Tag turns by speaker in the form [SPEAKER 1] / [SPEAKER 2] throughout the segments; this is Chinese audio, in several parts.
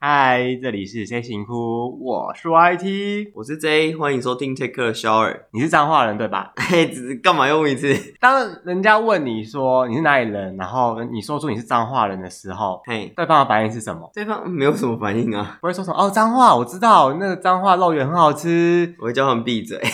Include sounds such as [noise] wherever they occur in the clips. [SPEAKER 1] 嗨，这里是 C 型哭，我是 YT，
[SPEAKER 2] 我是 J，欢迎收听 Take a Shower。 [laughs]
[SPEAKER 1] 你是彰化人对吧？
[SPEAKER 2] 嘿，只是干嘛要问一次？ [laughs]
[SPEAKER 1] 当人家问你说你是哪里人，然后你说出你是彰化人的时候，
[SPEAKER 2] 嘿，
[SPEAKER 1] 对方的反应是什么？
[SPEAKER 2] 对方没有什么反应啊， [laughs]
[SPEAKER 1] 不会说什么哦，彰化我知道，那个彰化肉圆很好 [laughs] 吃，
[SPEAKER 2] 我会叫他们闭嘴。 [laughs]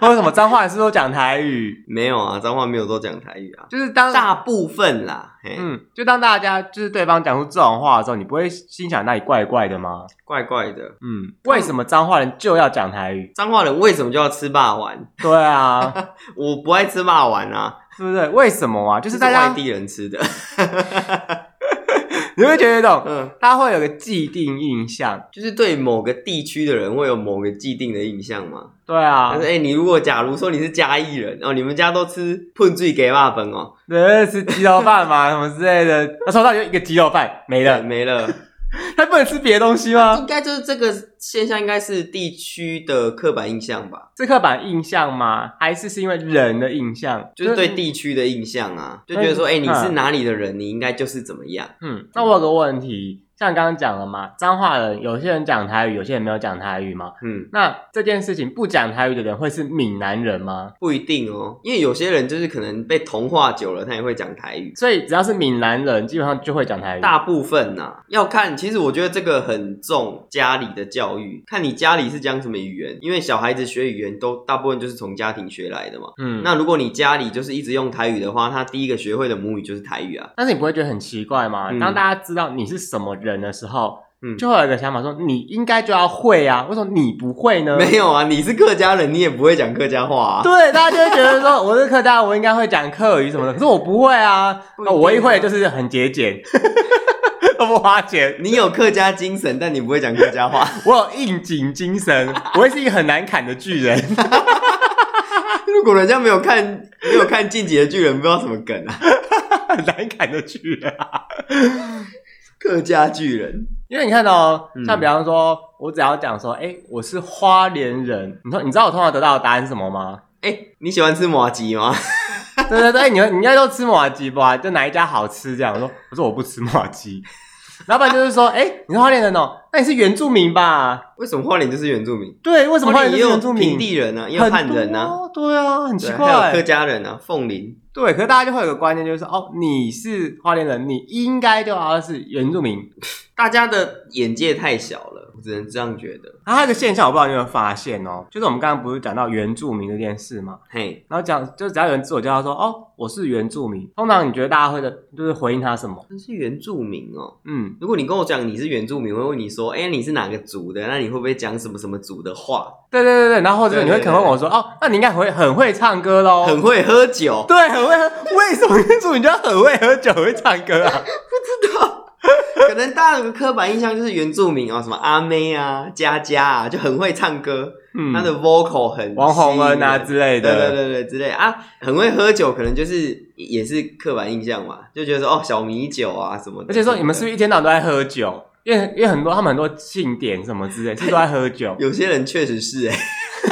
[SPEAKER 1] 或者什么彰化人是不是都讲台语？
[SPEAKER 2] 没有啊，脏话没有都讲台语啊，
[SPEAKER 1] 就是当
[SPEAKER 2] 大部分啦。嘿，
[SPEAKER 1] 嗯，就当大家就是对方讲出这种话的时候，你不会心想那里怪怪的吗？
[SPEAKER 2] 怪怪的。
[SPEAKER 1] 嗯，为什么彰化人就要讲台语？
[SPEAKER 2] 脏话人为什么就要吃霸丸？
[SPEAKER 1] 对 [laughs] 啊，
[SPEAKER 2] 我不爱吃霸丸啊，
[SPEAKER 1] 对不对？为什么啊？就
[SPEAKER 2] 这
[SPEAKER 1] 是
[SPEAKER 2] 是
[SPEAKER 1] 大家
[SPEAKER 2] 外，地人
[SPEAKER 1] [laughs]
[SPEAKER 2] 吃的。
[SPEAKER 1] 你会觉 [laughs] 得一种
[SPEAKER 2] 嗯，
[SPEAKER 1] 他会有个既定印象。
[SPEAKER 2] [laughs] 就是对某个地区的人会有某个既定的印象嘛。
[SPEAKER 1] 对啊
[SPEAKER 2] 但是，哎、你如果假如说你是嘉义人哦，你们家都吃喷醉给霸粉哦，
[SPEAKER 1] 人家吃鸡肉饭
[SPEAKER 2] [laughs]
[SPEAKER 1] 嘛，什么之类的，他手上就一个鸡肉饭没
[SPEAKER 2] 对，
[SPEAKER 1] 了，
[SPEAKER 2] 没了。
[SPEAKER 1] 他不能吃别的东西
[SPEAKER 2] 应
[SPEAKER 1] 吗？
[SPEAKER 2] 该就是这个现象，应该是地区的刻板印象吧，
[SPEAKER 1] 是刻板印象吗？还是是因为人的印象？
[SPEAKER 2] 就是对，地区的印象啊，就觉得说，哎、你是哪里的人，你应该就是怎么样。
[SPEAKER 1] 嗯。那我有个问题，像刚刚讲了嘛，彰化人有些人讲台语，有些人没有讲台语嘛。
[SPEAKER 2] 嗯，
[SPEAKER 1] 那这件事情不讲台语的人会是闽南人吗？
[SPEAKER 2] 不一定哦，因为有些人就是可能被同化久了，他也会讲台语。
[SPEAKER 1] 所以只要是闽南人，基本上就会讲台语。
[SPEAKER 2] 大部分呐、要看，其实我觉得这个很重家里的教育，看你家里是讲什么语言，因为小孩子学语言都大部分就是从家庭学来的嘛。
[SPEAKER 1] 嗯，
[SPEAKER 2] 那如果你家里就是一直用台语的话，他第一个学会的母语就是台语啊。
[SPEAKER 1] 但是你不会觉得很奇怪吗？
[SPEAKER 2] 嗯
[SPEAKER 1] 当大家知道你是什么人的时候，
[SPEAKER 2] 嗯
[SPEAKER 1] 就会有一个想法说，你应该就要会啊，为什么你不会呢？
[SPEAKER 2] 没有啊，你是客家人，你也不会讲客家话啊。
[SPEAKER 1] [laughs] 对，大家就会觉得说，我是客家，我应该会讲客语什么的，可是我不会啊，
[SPEAKER 2] 不一定啊
[SPEAKER 1] 我一会就是很节俭， [laughs] 都不花钱，
[SPEAKER 2] 你有客家精神，但你不会讲客家话。
[SPEAKER 1] [laughs] 我有应景精神，我会是一个很难砍的巨人。 [laughs]
[SPEAKER 2] 如果人家没有看没有看《进击的巨人》，不知道什么梗啊。
[SPEAKER 1] 很难砍的巨人。
[SPEAKER 2] 客家巨人，
[SPEAKER 1] 因为你看哦，
[SPEAKER 2] 嗯
[SPEAKER 1] 像比方说，我只要讲说，哎、我是花莲人，你说你知道我通常得到的答案是什么吗？
[SPEAKER 2] 哎、你喜欢吃麻吉吗？
[SPEAKER 1] 对对对，你们你应该都吃麻鸡吧？就哪一家好吃这样？我说，我说我不吃麻鸡。老板就是说，哎、你是花莲人哦，那你是原住民吧？
[SPEAKER 2] 为什么花莲就是原住民？
[SPEAKER 1] 对，为什么花莲
[SPEAKER 2] 也
[SPEAKER 1] 就是
[SPEAKER 2] 有
[SPEAKER 1] 原住民？
[SPEAKER 2] 平地人啊，也有
[SPEAKER 1] 很
[SPEAKER 2] 汉人啊，
[SPEAKER 1] 多对啊，很奇
[SPEAKER 2] 对，还有客
[SPEAKER 1] 怪。
[SPEAKER 2] 家人啊，凤林。
[SPEAKER 1] 对，可是大家就会有个观念，就是说哦，你是花莲人，你应该就要是原住民。
[SPEAKER 2] 大家的眼界太小了，我只能这样觉得。
[SPEAKER 1] 啊然后还有一个现象，我不知道你有没有发现哦，就是我们刚刚不是讲到原住民这件事吗？
[SPEAKER 2] 嘿，
[SPEAKER 1] 然后讲，就只要有人自我介绍说，哦，我是原住民，通常你觉得大家会的，就是回应他什么？
[SPEAKER 2] 那是原住民哦。
[SPEAKER 1] 嗯，
[SPEAKER 2] 如果你跟我讲你是原住民，我会问你说，哎、你是哪个族的？那你会不会讲什么什么族的话？
[SPEAKER 1] 对对对对，然后或者你会
[SPEAKER 2] 对对对
[SPEAKER 1] 可能问我说，哦，那你应该会很会唱歌喽，
[SPEAKER 2] 很会喝酒。
[SPEAKER 1] 对，很会喝。为什么原住民就要很会喝酒、很会唱歌
[SPEAKER 2] [laughs]
[SPEAKER 1] 啊？
[SPEAKER 2] 可能大家有个刻板印象就是原住民哦，什么阿妹啊、佳佳啊，就很会唱歌，
[SPEAKER 1] 嗯，
[SPEAKER 2] 她的 vocal 很
[SPEAKER 1] 王洪恩啊
[SPEAKER 2] 吸
[SPEAKER 1] 之类
[SPEAKER 2] 引人对对
[SPEAKER 1] 的，
[SPEAKER 2] 对对之类啊，很会喝酒，可能就是也是刻板印象嘛，就觉得说哦小米酒啊什么的。
[SPEAKER 1] 而且说你们是不
[SPEAKER 2] 什
[SPEAKER 1] 是一天到晚都在喝酒？因为因为很多他们很多庆典什么之类，是不是都在喝
[SPEAKER 2] [laughs]
[SPEAKER 1] 酒
[SPEAKER 2] 么的。有些人确实是哎、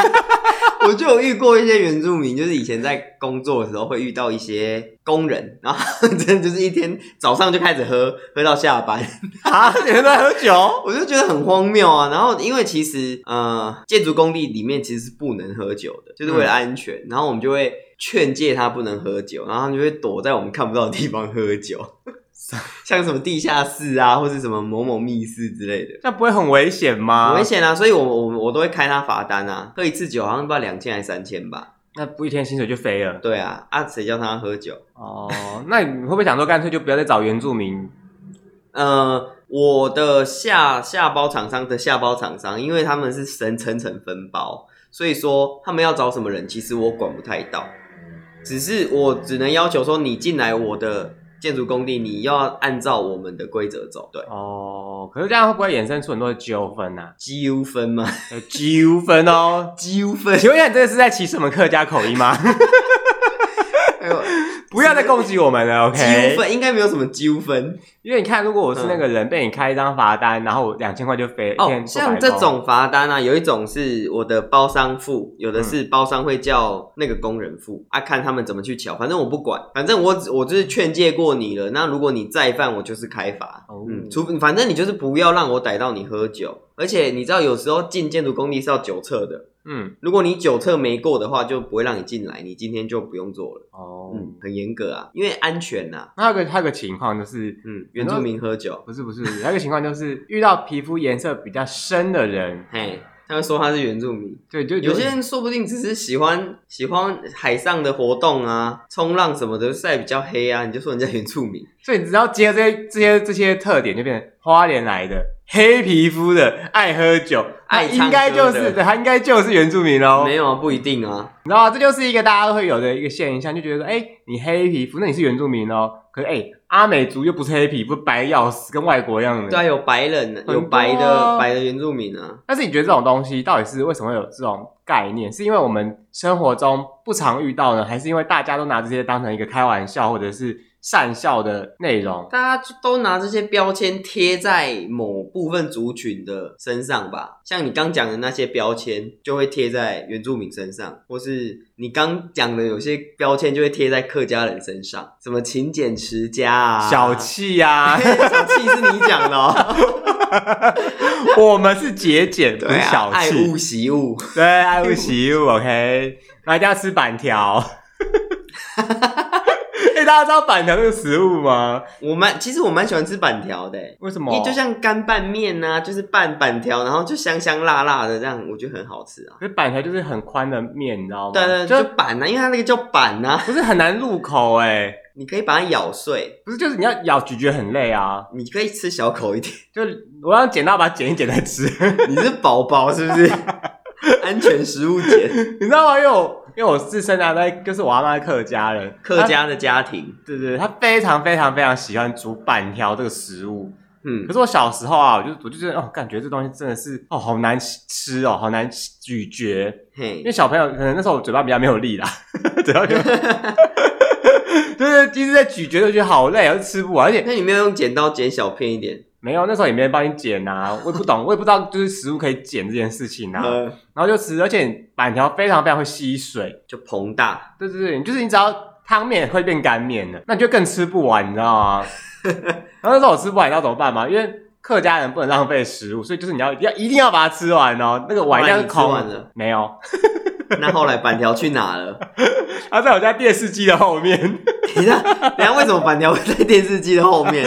[SPEAKER 2] [laughs] 我就有遇过一些原住民，就是以前在工作的时候会遇到一些工人，然后真的就是一天早上就开始喝，喝到下班，
[SPEAKER 1] 啊？你们都在喝酒？
[SPEAKER 2] 我就觉得很荒谬啊。然后因为其实呃，建筑工地里面其实是不能喝酒的，就是为了安全。然后我们就会劝诫他不能喝酒，然后他们就会躲在我们看不到的地方喝酒， [laughs] 像什么地下室啊，或是什么某某密室之类的。
[SPEAKER 1] 那不会很危险吗？
[SPEAKER 2] 很危！险啊，所以我我我都会开他罚单啊，喝一次酒好像不知道两千还是三千吧。
[SPEAKER 1] 那不一天薪水就飞了
[SPEAKER 2] 对啊，啊谁叫他喝酒？
[SPEAKER 1] 哦。 [laughs] 那你会不会想说，干脆就不要再找原住民？
[SPEAKER 2] 呃，我的下下包厂商的下包厂商，因为他们是层层层分包，所以说他们要找什么人，其实我管不太到，只是我只能要求说你进来我的建筑工地，你要按照我们的规则走，对。
[SPEAKER 1] 哦，可是这样会不会衍生出很多的纠纷啊？
[SPEAKER 2] 纠纷吗？
[SPEAKER 1] 有纠纷哦。 [laughs]
[SPEAKER 2] 纠纷？ [laughs]
[SPEAKER 1] 请问一下，你这个是在起什么客家口音吗？
[SPEAKER 2] 哎呦
[SPEAKER 1] 不要再攻击我们了
[SPEAKER 2] 纠
[SPEAKER 1] ，OK？
[SPEAKER 2] 纷应该没有什么纠纷
[SPEAKER 1] 因为你看，如果我是那个人，被你开一张罚单，然后两千块就飞，一
[SPEAKER 2] 哦。
[SPEAKER 1] 天做白
[SPEAKER 2] 像
[SPEAKER 1] 工
[SPEAKER 2] 这种罚单啊，有一种是我的包商付，有
[SPEAKER 1] 嗯
[SPEAKER 2] 的是包商会叫那个工人付、啊，看他们怎么去瞧，反正我不管，反正我只我就是劝诫过你了。那如果你再犯，我就是开罚。
[SPEAKER 1] 哦
[SPEAKER 2] 嗯，除反正你就是不要让我逮到你喝酒，而且你知道有时候进建筑工地是要酒测的，
[SPEAKER 1] 嗯，
[SPEAKER 2] 如果你酒测没过的话，就不会让你进来，你今天就不用做了。
[SPEAKER 1] 哦，
[SPEAKER 2] 嗯，很严格啊，因为安全呐、
[SPEAKER 1] 那还有个还有个情况就是，
[SPEAKER 2] 嗯，原住民喝酒，
[SPEAKER 1] 不是不 [laughs] 是，还有个情况就是遇到皮肤颜色比较深的人，
[SPEAKER 2] 嘿，他会说他是原住民。
[SPEAKER 1] 对，就
[SPEAKER 2] 有些人说不定只是喜欢喜欢海上的活动啊，冲浪什么的，晒比较黑啊，你就说人家原住民。
[SPEAKER 1] 所以你只要接这些这些这些特点，就变成花莲来的黑皮肤的爱喝酒，他
[SPEAKER 2] 爱唱歌的
[SPEAKER 1] 应该就是对，他应该就是原住民哦喽。
[SPEAKER 2] 没有啊，不一定啊。
[SPEAKER 1] 你知道吗？这就是一个大家都会有的一个现象，就觉得哎、你黑皮肤，那你是原住民哦。可是哎、阿美族又不是黑皮肤，白要死，跟外国一样的。
[SPEAKER 2] 对啊，有白人，
[SPEAKER 1] 嗯多啊
[SPEAKER 2] 有白的、白的原住民啊。
[SPEAKER 1] 但是你觉得这种东西到底是为什么会有这种概念？是因为我们生活中不常遇到呢，还是因为大家都拿这些当成一个开玩笑或者是善笑的内容？
[SPEAKER 2] 大家都拿这些标签贴在某部分族群的身上吧，像你刚讲的那些标签就会贴在原住民身上，或是你刚讲的有些标签就会贴在客家人身上，什么勤俭持家啊，
[SPEAKER 1] 小气啊呀、
[SPEAKER 2] [laughs] 小气是你讲的、哦，
[SPEAKER 1] 我们是节俭，不
[SPEAKER 2] 对
[SPEAKER 1] 是
[SPEAKER 2] 啊
[SPEAKER 1] 小，
[SPEAKER 2] 爱
[SPEAKER 1] 气。
[SPEAKER 2] 物惜物，
[SPEAKER 1] 对，爱屋及乌。OK，然后一定要吃板
[SPEAKER 2] [laughs]
[SPEAKER 1] 条。哎、大家知道板条这个食物吗？
[SPEAKER 2] 我蛮其实我蛮喜欢吃板条的欸。
[SPEAKER 1] 为什
[SPEAKER 2] 因
[SPEAKER 1] 么？
[SPEAKER 2] 为就像干拌面呐、啊，就是拌板条，然后就香香辣辣的，这样我觉得很好吃啊。
[SPEAKER 1] 可是板条就是很宽的面，你知道吗？
[SPEAKER 2] 对对，
[SPEAKER 1] 就
[SPEAKER 2] 就板啊，因为它那个叫板啊，
[SPEAKER 1] 不是很难入口哎、
[SPEAKER 2] 你可以把它咬碎，
[SPEAKER 1] 不是就是你要咬咀嚼很累啊。
[SPEAKER 2] 你可以吃小口
[SPEAKER 1] [laughs]
[SPEAKER 2] 一点，
[SPEAKER 1] 就我要剪刀把它剪一剪再吃， [laughs]
[SPEAKER 2] 你是宝宝是不是？安全食物节，
[SPEAKER 1] 你知道吗？因为我因为我自身啊，在就是我阿妈是客家人，
[SPEAKER 2] 客
[SPEAKER 1] 她
[SPEAKER 2] 家的家庭，
[SPEAKER 1] 对对，对她非常非常非常喜欢煮板条这个食物。
[SPEAKER 2] 嗯
[SPEAKER 1] 可，是我小时候啊，我就我就觉得哦，感觉这东西真的是哦，好难吃哦，好难咀嚼。
[SPEAKER 2] 嘿
[SPEAKER 1] 因为，小朋友可能那时候我嘴巴比较没有力啦，嘴巴
[SPEAKER 2] [laughs]
[SPEAKER 1] 就就是一直在咀嚼，就觉得好累，而吃不完，而且
[SPEAKER 2] 那你没有用剪刀剪小片一点？
[SPEAKER 1] 没有那时候也没人帮你剪啊，我也不懂，我也不知道就是食物可以剪这件事情啊，
[SPEAKER 2] 呃，
[SPEAKER 1] 然后就吃，而且板条非常非常会吸水。
[SPEAKER 2] 就膨大，
[SPEAKER 1] 对对对，就是你只要汤面会变干面的，那你就更吃不完，你知道吗？然后那时候我吃不完，你知道怎么办吗？因为客家人不能浪费食物，所以就是你要要一定要把它吃完哦。那个碗一定要是
[SPEAKER 2] 后
[SPEAKER 1] 空
[SPEAKER 2] 来你吃完了，
[SPEAKER 1] 没有，
[SPEAKER 2] 那后来板条去哪了？ [laughs]
[SPEAKER 1] 它在我家电视机的后面。
[SPEAKER 2] 等一下，等一下，为什么板条会在电视机的后面？
[SPEAKER 1] [laughs]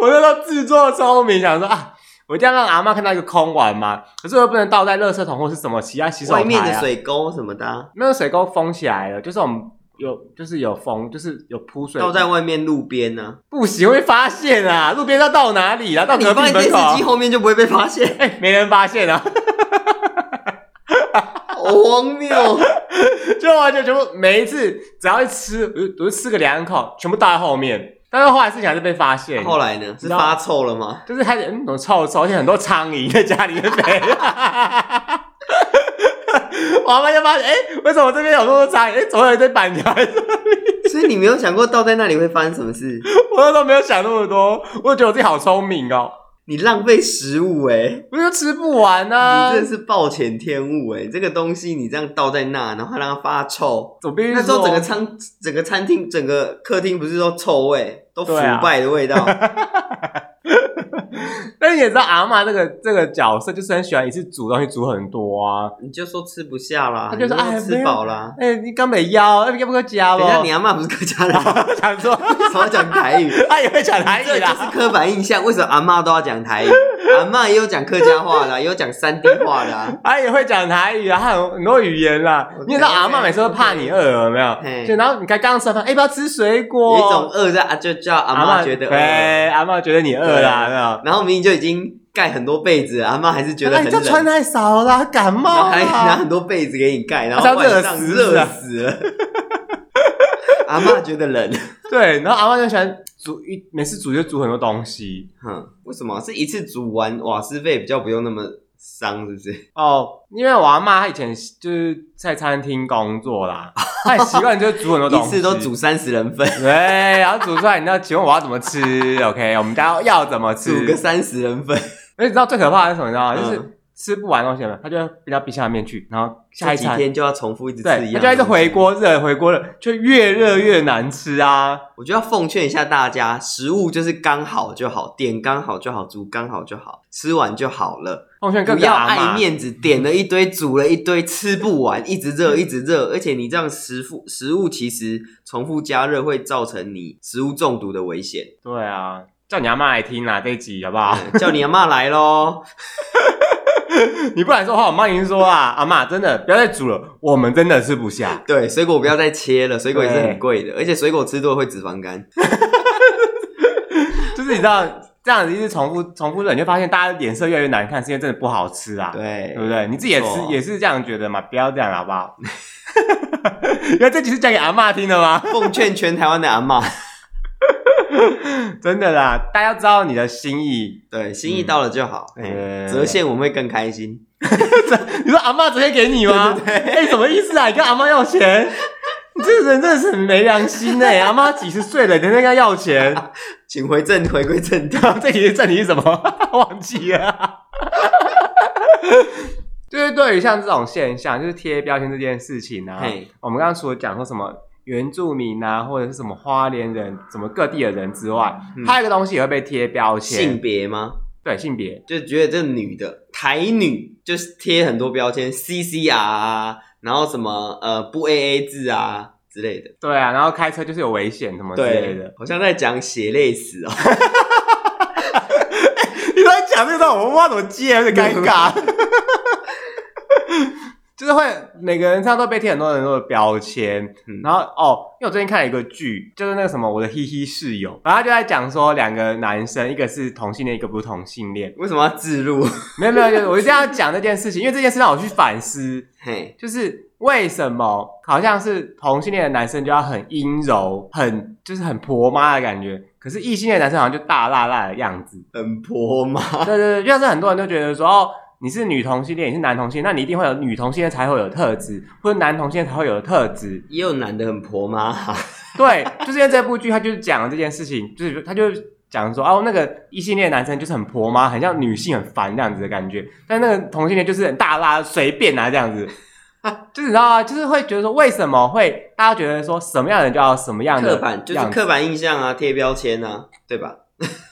[SPEAKER 1] 我那时候自作聪明，想说啊，我一定要让阿妈看到一个空碗嘛，可是我又不能倒在垃圾桶或是什么其他洗手台、啊、
[SPEAKER 2] 外面的水沟什么的啊、
[SPEAKER 1] 没有水沟封起来了，就是我们。有就是有风，就是有铺水，
[SPEAKER 2] 倒在外面路边呢、
[SPEAKER 1] 不行会发现啊！路边要到哪里啊？
[SPEAKER 2] 那
[SPEAKER 1] 到
[SPEAKER 2] 你
[SPEAKER 1] 隔壁
[SPEAKER 2] 放在
[SPEAKER 1] 门
[SPEAKER 2] 电
[SPEAKER 1] 口啊
[SPEAKER 2] 视机后面就不会被
[SPEAKER 1] [laughs]
[SPEAKER 2] 发现，
[SPEAKER 1] 哎、没人发现啊， [laughs]
[SPEAKER 2] 好荒谬！
[SPEAKER 1] 就完全全部每一次只要一吃，我就我就吃个两口，全部倒在后面。但是后来事情还是被发现，
[SPEAKER 2] 后来呢？是
[SPEAKER 1] 你知道
[SPEAKER 2] 发臭了吗？
[SPEAKER 1] 就是开始嗯，怎么臭臭，而且很多苍蝇在家里面飞。我阿妈就发现，哎、为什么这边有那么多苍蝇？哎、怎么有一堆板条？
[SPEAKER 2] 所以你没有想过倒在那里会发生什么事？
[SPEAKER 1] 我那时候没有想那么多，我觉得我自己好聪明哦，
[SPEAKER 2] 你浪费食物哎、
[SPEAKER 1] 我就吃不完啊
[SPEAKER 2] 你。真的是暴殄天物哎、这个东西你这样倒在那，然后还让它发臭。
[SPEAKER 1] 我必须
[SPEAKER 2] 那时候
[SPEAKER 1] 说
[SPEAKER 2] 整个餐整个餐厅整个客厅不是都臭味，都腐
[SPEAKER 1] 对啊 [laughs]
[SPEAKER 2] 败的味道。
[SPEAKER 1] 但是你也知道，阿嬷这个这个角色就是很喜欢一次煮东西煮很多啊。
[SPEAKER 2] 你就说吃不下啦，
[SPEAKER 1] 他就说
[SPEAKER 2] 你
[SPEAKER 1] 哎没
[SPEAKER 2] 吃
[SPEAKER 1] 有
[SPEAKER 2] 饱啦。
[SPEAKER 1] 哎、你刚没腰，要不要加
[SPEAKER 2] 等
[SPEAKER 1] 咯
[SPEAKER 2] 一下你阿妈不是客家人，
[SPEAKER 1] [laughs]
[SPEAKER 2] [laughs]
[SPEAKER 1] 想说
[SPEAKER 2] 为什么要讲台语？
[SPEAKER 1] [laughs] 他也会讲台语
[SPEAKER 2] 这就
[SPEAKER 1] 啦，
[SPEAKER 2] 是刻板印象，为什么阿妈都要
[SPEAKER 1] [laughs]
[SPEAKER 2] 讲台语？阿妈也有讲客家话的啊、也有讲山地话的、啊。
[SPEAKER 1] 他也会讲台语啊，他很很多语言啦。
[SPEAKER 2] OK，
[SPEAKER 1] 你也知道阿嬷每次都怕你饿，有没有？
[SPEAKER 2] 嘿
[SPEAKER 1] 就然后你刚刚吃完饭，哎，要不要吃水
[SPEAKER 2] 有
[SPEAKER 1] 果？
[SPEAKER 2] 一种饿在啊，就叫阿妈
[SPEAKER 1] 嬷
[SPEAKER 2] 觉得饿，
[SPEAKER 1] 对，阿嬷觉得你饿啦，有没有？
[SPEAKER 2] 然后明明就已经盖很多被子了，阿妈还是觉得
[SPEAKER 1] 哎
[SPEAKER 2] 很
[SPEAKER 1] 你这
[SPEAKER 2] 冷。
[SPEAKER 1] 穿太少了，感
[SPEAKER 2] 然后
[SPEAKER 1] 冒啊
[SPEAKER 2] 还拿
[SPEAKER 1] 啦。
[SPEAKER 2] [laughs] 很多被子给你盖，然
[SPEAKER 1] 这
[SPEAKER 2] 后
[SPEAKER 1] 样热死
[SPEAKER 2] 晚上
[SPEAKER 1] 是不是
[SPEAKER 2] 热
[SPEAKER 1] 啊 [laughs]
[SPEAKER 2] 死了。 [laughs] 阿妈觉得冷，
[SPEAKER 1] 对，然后阿嬷就喜欢煮一，每次煮就煮很多东西。
[SPEAKER 2] 哼，为什么？是一次煮完瓦斯费比较不用那么商是不是？
[SPEAKER 1] 哦，因为我阿妈她以前就是在餐厅工作
[SPEAKER 2] [laughs]
[SPEAKER 1] 啦，她很习惯就是煮很多东
[SPEAKER 2] 一
[SPEAKER 1] 西，
[SPEAKER 2] 次都煮三十人份，
[SPEAKER 1] 对，然后煮出来，你知道，请问我要怎么吃？OK，我们家要怎么吃？
[SPEAKER 2] 煮个三十人份，
[SPEAKER 1] 哎而且你知道最可怕的是什么？你知道吗？
[SPEAKER 2] 嗯
[SPEAKER 1] 就是吃不完的东西嘛，他就会冰到冰箱里面去，然后下
[SPEAKER 2] 下
[SPEAKER 1] 一
[SPEAKER 2] 几
[SPEAKER 1] 餐，
[SPEAKER 2] 天就要重复一直吃一
[SPEAKER 1] 对，他
[SPEAKER 2] 样。
[SPEAKER 1] 就一直回。锅热，回锅热，就越热越难吃啊。
[SPEAKER 2] 我就要奉劝一下大家，食物就是刚好就好，点刚好就好，煮刚好就好，吃完就好了。
[SPEAKER 1] 奉劝各
[SPEAKER 2] 不
[SPEAKER 1] 个
[SPEAKER 2] 要
[SPEAKER 1] 阿
[SPEAKER 2] 爱
[SPEAKER 1] 嬷，
[SPEAKER 2] 面子，点了一堆，煮了一堆，吃不完，一直热，一直热。而且你这样食物食物其实重复加热会造成你食物中毒的危险。
[SPEAKER 1] 对啊，叫你阿妈来听啦这一集好不好？
[SPEAKER 2] 叫你阿妈来喽。
[SPEAKER 1] 你不然说话，我妈已经说啦，阿妈真的不要再煮了，我们真的吃不下。
[SPEAKER 2] 对，水果不要再切了，水果也是很贵的，而且水果吃多了会脂肪肝。
[SPEAKER 1] 就是你知道这样子一直重复重复热，你就发现大家脸色越来越难看，是因为真的不好吃啊。
[SPEAKER 2] 对
[SPEAKER 1] 对不对？你自己也
[SPEAKER 2] 没
[SPEAKER 1] 是
[SPEAKER 2] 错
[SPEAKER 1] 也是这样觉得嘛？不要这样好不好？ [laughs] 因为这集是讲给阿嬷听的吗？
[SPEAKER 2] 奉劝全台湾的阿妈，
[SPEAKER 1] 真的啦，大家要知道你的心意。
[SPEAKER 2] 对，心意到了就好。
[SPEAKER 1] 嗯
[SPEAKER 2] 哎折现我们会更开心。
[SPEAKER 1] 你说阿嬷直接给你吗？哎、什么意思啊？你跟阿嬷要钱？你这个人真的是很没良心哎、阿嬷几十岁了，你还跟她要钱？ [laughs]
[SPEAKER 2] 请回正，回归正道。
[SPEAKER 1] 这题这题是什么？ [laughs] 忘记了。 [laughs] 就是对于像这种现象，就是贴标签这件事情啊，
[SPEAKER 2] 嘿，
[SPEAKER 1] 我们刚刚除了讲说什么原住民啊，或者是什么花莲人、什么各地的人之外，
[SPEAKER 2] 嗯
[SPEAKER 1] 还有一个东西也会被贴标签，
[SPEAKER 2] 性别吗？
[SPEAKER 1] 对性别，
[SPEAKER 2] 就觉得这女的台女就是贴很多标签，CCR 啊，然后什么呃不 AA 制啊之类的。
[SPEAKER 1] 对啊，然后开车就是有危险什哦么之类的。，
[SPEAKER 2] 好像在讲血泪史哦。
[SPEAKER 1] [laughs] 你在讲这个段，我不知道怎么接，有点尴尬。 [laughs] 就是会每个人哦身上都被贴很多很多的标签，
[SPEAKER 2] 嗯
[SPEAKER 1] 然后哦，因为我最近看了一个剧，就是那个什么我的嘿嘿室友，然后他就在讲说两个男生，一个是同性恋，一个不是同性恋，
[SPEAKER 2] 为什么要自入？
[SPEAKER 1] 没有没有，就是我就这样讲这件事情，因为这件事让我去反思，
[SPEAKER 2] [laughs] 嘿，
[SPEAKER 1] 就是为什么好像是同性恋的男生就要很阴柔，很就是很婆妈的感觉，可是异性恋的男生好像就大辣辣的样子。
[SPEAKER 2] 很婆吗？
[SPEAKER 1] [laughs] 对对对，就像是很多人都觉得说，哦，你是女同性恋，你是男同性恋，那你一定会有女同性恋才会有的特质，或者男同性恋才会有的特质。
[SPEAKER 2] 也有男的很婆妈、啊
[SPEAKER 1] 对，就是因为这部剧，他就是讲了这件事情，就是他就讲说，哦，那个异性恋男生就是很婆妈，很像女性很烦这样子的感觉，但那个同性恋就是很大拉随便啊这样
[SPEAKER 2] [laughs]
[SPEAKER 1] 子，就是你知道啊，就是会觉得说，为什么会大家觉得说什么样的人就要什么样的
[SPEAKER 2] 刻板就是
[SPEAKER 1] 样子
[SPEAKER 2] 刻板印象啊，贴标签啊，对吧？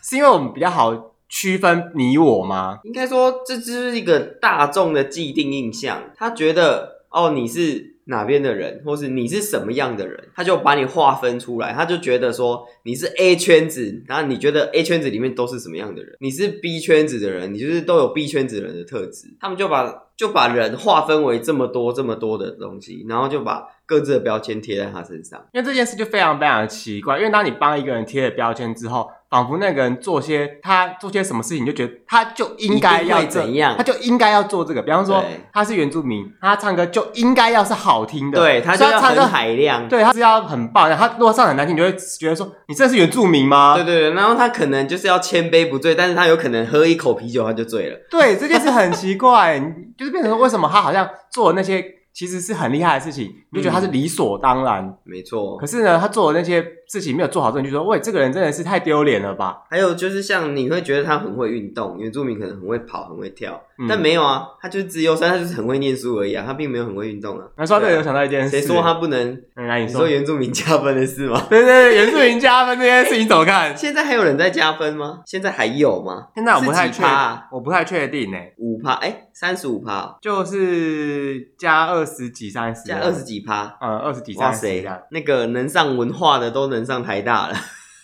[SPEAKER 1] 是因为我们比较好区分你我吗？
[SPEAKER 2] 应该说这只是一个大众的既定印象，他觉得哦你是哪边的人，或是你是什么样的人，他就把你划分出来，他就觉得说你是 A 圈子，然后你觉得 A 圈子里面都是什么样的人，你是 B 圈子的人，你就是都有 B 圈子人的特质，他们就把就把人划分为这么多这么多的东西，然后就把各自的标签贴在他身上。
[SPEAKER 1] 因为这件事就非常非常的奇怪，因为当你帮一个人贴了标签之后，仿佛那个人做些他做些什么事情，你就觉得他就应该要
[SPEAKER 2] 一定会
[SPEAKER 1] 这
[SPEAKER 2] 怎样
[SPEAKER 1] 他就应该要做这个。比方说
[SPEAKER 2] 对
[SPEAKER 1] 他是原住民，他唱歌就应该要是好听的，
[SPEAKER 2] 对，他就
[SPEAKER 1] 所以
[SPEAKER 2] 要
[SPEAKER 1] 唱
[SPEAKER 2] 很
[SPEAKER 1] 歌，
[SPEAKER 2] 海量，
[SPEAKER 1] 对他是要很棒的。他如果唱很难听，你就会觉得说你这是原住民吗？
[SPEAKER 2] 对对对，然后他可能就是要千杯不醉，但是他有可能喝一口啤酒他就醉了。
[SPEAKER 1] 对，这件事很奇怪，你就是变成说为什么他好像做的那些其实是很厉害的事情，你就觉得他
[SPEAKER 2] 嗯
[SPEAKER 1] 是理所当然。
[SPEAKER 2] 没错
[SPEAKER 1] 可，是呢，他做的那些事情没有做好之后，你就说喂，这个人真的是太丢脸了吧？
[SPEAKER 2] 还有就是像你会觉得他很会运动，原住民可能很会跑、很会跳，
[SPEAKER 1] 嗯
[SPEAKER 2] 但没有啊，他就是自由生，他就是很会念书而已啊，他并没有很会运动啊。
[SPEAKER 1] 那说到这里，
[SPEAKER 2] 对
[SPEAKER 1] 我
[SPEAKER 2] 啊
[SPEAKER 1] 想到一件事，
[SPEAKER 2] 谁说他不能？
[SPEAKER 1] 嗯？来，你
[SPEAKER 2] 你
[SPEAKER 1] 说
[SPEAKER 2] 说，原住民加分的事吗？？
[SPEAKER 1] 对对对，原住民加分这件事情怎么看
[SPEAKER 2] [laughs] 现在还有人在加分吗？现在还有吗？
[SPEAKER 1] 现在我不太
[SPEAKER 2] 是
[SPEAKER 1] 确
[SPEAKER 2] 几趴啊，
[SPEAKER 1] 我不太确定呢，
[SPEAKER 2] 五趴，哎，三十五趴，
[SPEAKER 1] 就是加二十几、三十，
[SPEAKER 2] 加二十，几趴。
[SPEAKER 1] 嗯，二十几、
[SPEAKER 2] 哇
[SPEAKER 1] 三十这
[SPEAKER 2] 塞
[SPEAKER 1] 样，，
[SPEAKER 2] 那个能上文化的都能上台大了，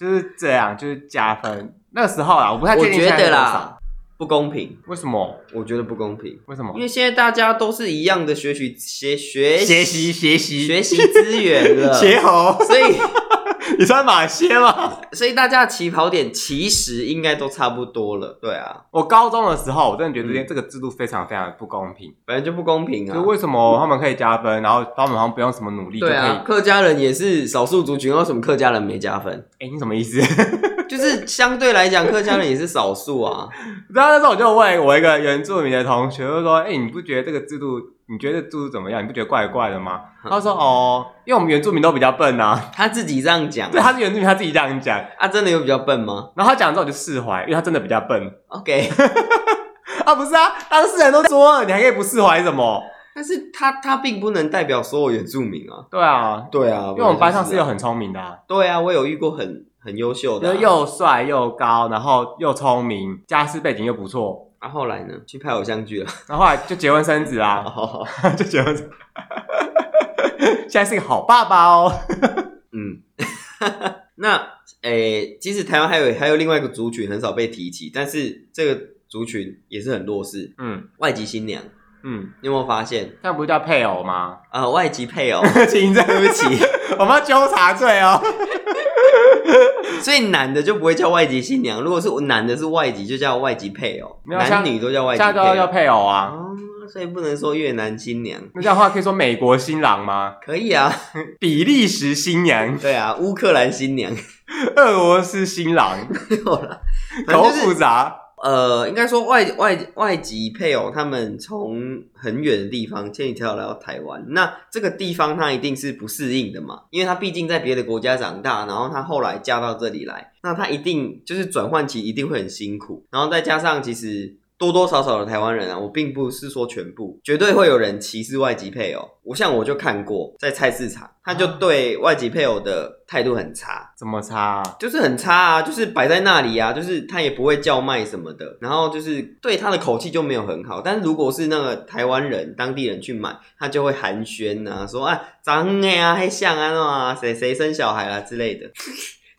[SPEAKER 1] 就是这样，就是加分。那个时候啊啦，我不太
[SPEAKER 2] 我
[SPEAKER 1] 确定
[SPEAKER 2] 觉
[SPEAKER 1] 现在
[SPEAKER 2] 得
[SPEAKER 1] 是多少，
[SPEAKER 2] 啦，不公平，
[SPEAKER 1] 为什么？
[SPEAKER 2] 我觉得不公平。
[SPEAKER 1] 为什么
[SPEAKER 2] 因？为现在大家都是一样的学习学学
[SPEAKER 1] 学习学习
[SPEAKER 2] 学习资源了，
[SPEAKER 1] 学猴， [laughs]
[SPEAKER 2] 所以
[SPEAKER 1] 你穿马靴吗？
[SPEAKER 2] 所以大家的起跑点其实应该都差不多了，对啊，
[SPEAKER 1] 我高中的时候，我真的觉得这件
[SPEAKER 2] 嗯
[SPEAKER 1] 这个制度非常非常的不公平。
[SPEAKER 2] 本来就不公平
[SPEAKER 1] 就
[SPEAKER 2] 啊。
[SPEAKER 1] 为什么他们可以加分，然后他们好像不用什么努力就可
[SPEAKER 2] 对
[SPEAKER 1] 以？哎、
[SPEAKER 2] 啊，客家人也是少数族群，为什么客家人没加分？ [laughs]
[SPEAKER 1] 你什么意思？
[SPEAKER 2] 就是相对来讲，客家人也是少数啊。
[SPEAKER 1] 然后那时候我就问我一个原住民的同学，我就说：“哎、你不觉得这个制度，你觉得制度怎么样？你不觉得怪怪的吗？”他说：“哦，因为我们原住民都比较笨啊。
[SPEAKER 2] 他自己这样讲”
[SPEAKER 1] 对，
[SPEAKER 2] 啊，
[SPEAKER 1] 他哦是原住民，他自己这样讲。
[SPEAKER 2] 啊，真的有比较笨吗
[SPEAKER 1] 然后他讲之后我就释怀，因为他真的比较笨
[SPEAKER 2] ？OK，
[SPEAKER 1] 啊，不是啊，当事人都说了，你还可以不释怀什么？
[SPEAKER 2] [laughs] 但是他他并不能代表所有原住民啊。
[SPEAKER 1] 对啊，
[SPEAKER 2] 对啊，
[SPEAKER 1] 因为我们班上是有
[SPEAKER 2] 有
[SPEAKER 1] 很聪明的、啊，
[SPEAKER 2] 对啊，我有遇过很很优秀的、
[SPEAKER 1] 就
[SPEAKER 2] 啊
[SPEAKER 1] 是。又帅又高，然后又聪明，家世背景又不错，
[SPEAKER 2] 啊，后来呢？去拍偶像剧了。 [laughs]
[SPEAKER 1] 然后后来就结婚生子啊。
[SPEAKER 2] 哦，
[SPEAKER 1] [laughs] 就结婚， [laughs] 现在是个好爸爸哦。
[SPEAKER 2] 嗯， [laughs] 那诶、其实台湾还有还有另外一个族群很少被提起，但是这个族群也是很弱势，
[SPEAKER 1] 嗯
[SPEAKER 2] 外籍新娘。
[SPEAKER 1] 嗯，
[SPEAKER 2] 你有没有发现
[SPEAKER 1] 那不是叫配偶吗？
[SPEAKER 2] 啊、外籍配偶，
[SPEAKER 1] [laughs] 请对
[SPEAKER 2] 对不，起，
[SPEAKER 1] [laughs] 我们要纠察罪 [laughs] 哦。
[SPEAKER 2] [laughs] 所以男的就不会叫外籍新娘，如果是男的是外籍，就叫外籍配偶，
[SPEAKER 1] 没有啊像
[SPEAKER 2] 男女都叫外
[SPEAKER 1] 现在
[SPEAKER 2] 籍配
[SPEAKER 1] 都要叫
[SPEAKER 2] 偶。
[SPEAKER 1] 配偶啊。
[SPEAKER 2] 哦，所以不能说越南新娘，
[SPEAKER 1] 那这样的话可以说美国新郎吗？
[SPEAKER 2] 可以啊，
[SPEAKER 1] 比利时新娘、 [laughs]
[SPEAKER 2] 对啊，乌克兰新娘， [laughs]
[SPEAKER 1] 俄罗斯新 [laughs] 郎，
[SPEAKER 2] 没有啦，反正
[SPEAKER 1] 好
[SPEAKER 2] 就是
[SPEAKER 1] 复杂。
[SPEAKER 2] 呃，应该说外外外籍配偶他们从很远的地方千里迢迢来到台湾，那这个地方他一定是不适应的嘛，因为他毕竟在别的国家长大，然后他后来嫁到这里来，那他一定就是转换期一定会很辛苦，然后再加上其实。多多少少的台湾人啊，我并不是说全部，绝对会有人歧视外籍配偶。我像我就看过，在菜市场，他就对外籍配偶的态度很差，
[SPEAKER 1] 怎么差、啊？
[SPEAKER 2] 就是很差啊，就是摆在那里啊，就是他也不会叫卖什么的，然后就是对他的口气就没有很好。但是如果是那个台湾人、当地人去买，他就会寒暄呐、啊，说啊，长哎啊，黑像啊，那啊，谁谁生小孩啦、啊之类的。 [laughs]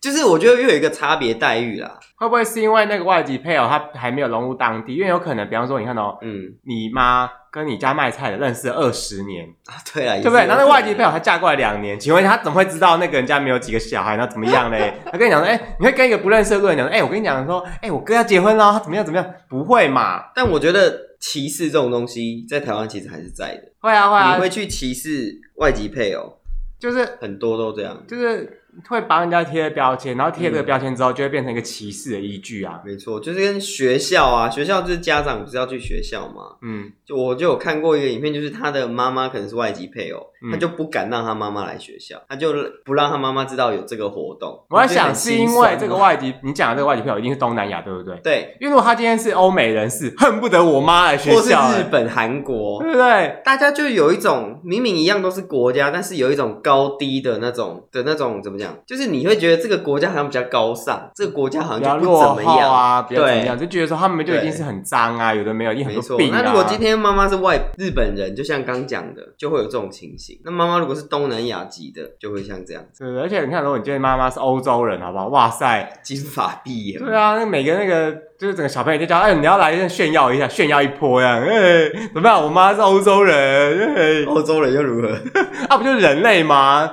[SPEAKER 2] 就是我觉得又有一个差别待遇啦，
[SPEAKER 1] 会不会是因为那个外籍配偶他还没有融入当地？因为有可能，比方说，你看哦，
[SPEAKER 2] 嗯
[SPEAKER 1] 你妈跟你家卖菜的认识二十年，
[SPEAKER 2] 啊，对啊，也
[SPEAKER 1] [laughs]
[SPEAKER 2] 是
[SPEAKER 1] 对不对？然后那
[SPEAKER 2] 有
[SPEAKER 1] 外籍
[SPEAKER 2] 可能
[SPEAKER 1] 配偶她嫁过来两年，请问她怎么会知道那个人家没有几个小孩，然后怎么样 [laughs] 嘞？她跟你讲说，哎、你会跟一个不认识的路人讲说，哎、我跟你讲说，哎、我哥要结婚了，他怎么样怎么样？不会嘛？
[SPEAKER 2] 但我觉得歧视这种东西在台湾其实还是在的，
[SPEAKER 1] 会啊会啊
[SPEAKER 2] 你，会去歧视外籍配偶，
[SPEAKER 1] 就是
[SPEAKER 2] 很多都这样，
[SPEAKER 1] 就是会帮人家贴标签，然后贴这
[SPEAKER 2] 嗯
[SPEAKER 1] 个标签之后，就会变成一个歧视的依据啊。
[SPEAKER 2] 没错，就是跟学校啊，学校就是家长不是要去学校吗？
[SPEAKER 1] 嗯，
[SPEAKER 2] 就我就有看过一个影片，就是他的妈妈可能是外籍配偶，
[SPEAKER 1] 嗯
[SPEAKER 2] 他就不敢让他妈妈来学校，他就不让他妈妈知道有这个活动。
[SPEAKER 1] 我在
[SPEAKER 2] 觉得
[SPEAKER 1] 想
[SPEAKER 2] 很
[SPEAKER 1] 是
[SPEAKER 2] 心
[SPEAKER 1] 因
[SPEAKER 2] 酸
[SPEAKER 1] 为
[SPEAKER 2] 哦
[SPEAKER 1] 这个外籍，你讲的这个外籍配偶一定是东南亚，对不对？
[SPEAKER 2] 对，
[SPEAKER 1] 因为如果他今天是欧美人士，恨不得我妈来学
[SPEAKER 2] 或是
[SPEAKER 1] 校、
[SPEAKER 2] 日
[SPEAKER 1] 哎
[SPEAKER 2] 本、韩国，
[SPEAKER 1] 对不对？
[SPEAKER 2] 大家就有一种明明一样都是国家，但是有一种高低的那种的那种怎么讲？就是你会觉得这个国家好像比较高尚，这个国家好
[SPEAKER 1] 比较
[SPEAKER 2] 像就不
[SPEAKER 1] 落
[SPEAKER 2] 怎么
[SPEAKER 1] 后
[SPEAKER 2] 样
[SPEAKER 1] 啊，比较怎么
[SPEAKER 2] 对
[SPEAKER 1] 样，就觉得说他们就一定
[SPEAKER 2] 对
[SPEAKER 1] 是很脏啊，有的没有，一定很
[SPEAKER 2] 没
[SPEAKER 1] 多
[SPEAKER 2] 错，
[SPEAKER 1] 病啊。
[SPEAKER 2] 那如果今天妈妈是外日本人，就像刚讲的，就会有这种情形。那妈妈如果是东南亚籍的，就会像这样
[SPEAKER 1] 对，而且你看，如果你今天妈妈是欧洲人，好不好？哇塞，
[SPEAKER 2] 金发碧眼。
[SPEAKER 1] 对啊，那每个那个就是整个小朋友就叫，哎，你要来炫耀一下，炫耀一波呀，哎，怎么样？我妈是欧洲人，
[SPEAKER 2] [laughs] 欧洲人又如何？
[SPEAKER 1] 哎，啊，不就是人类
[SPEAKER 2] [laughs]
[SPEAKER 1] 吗？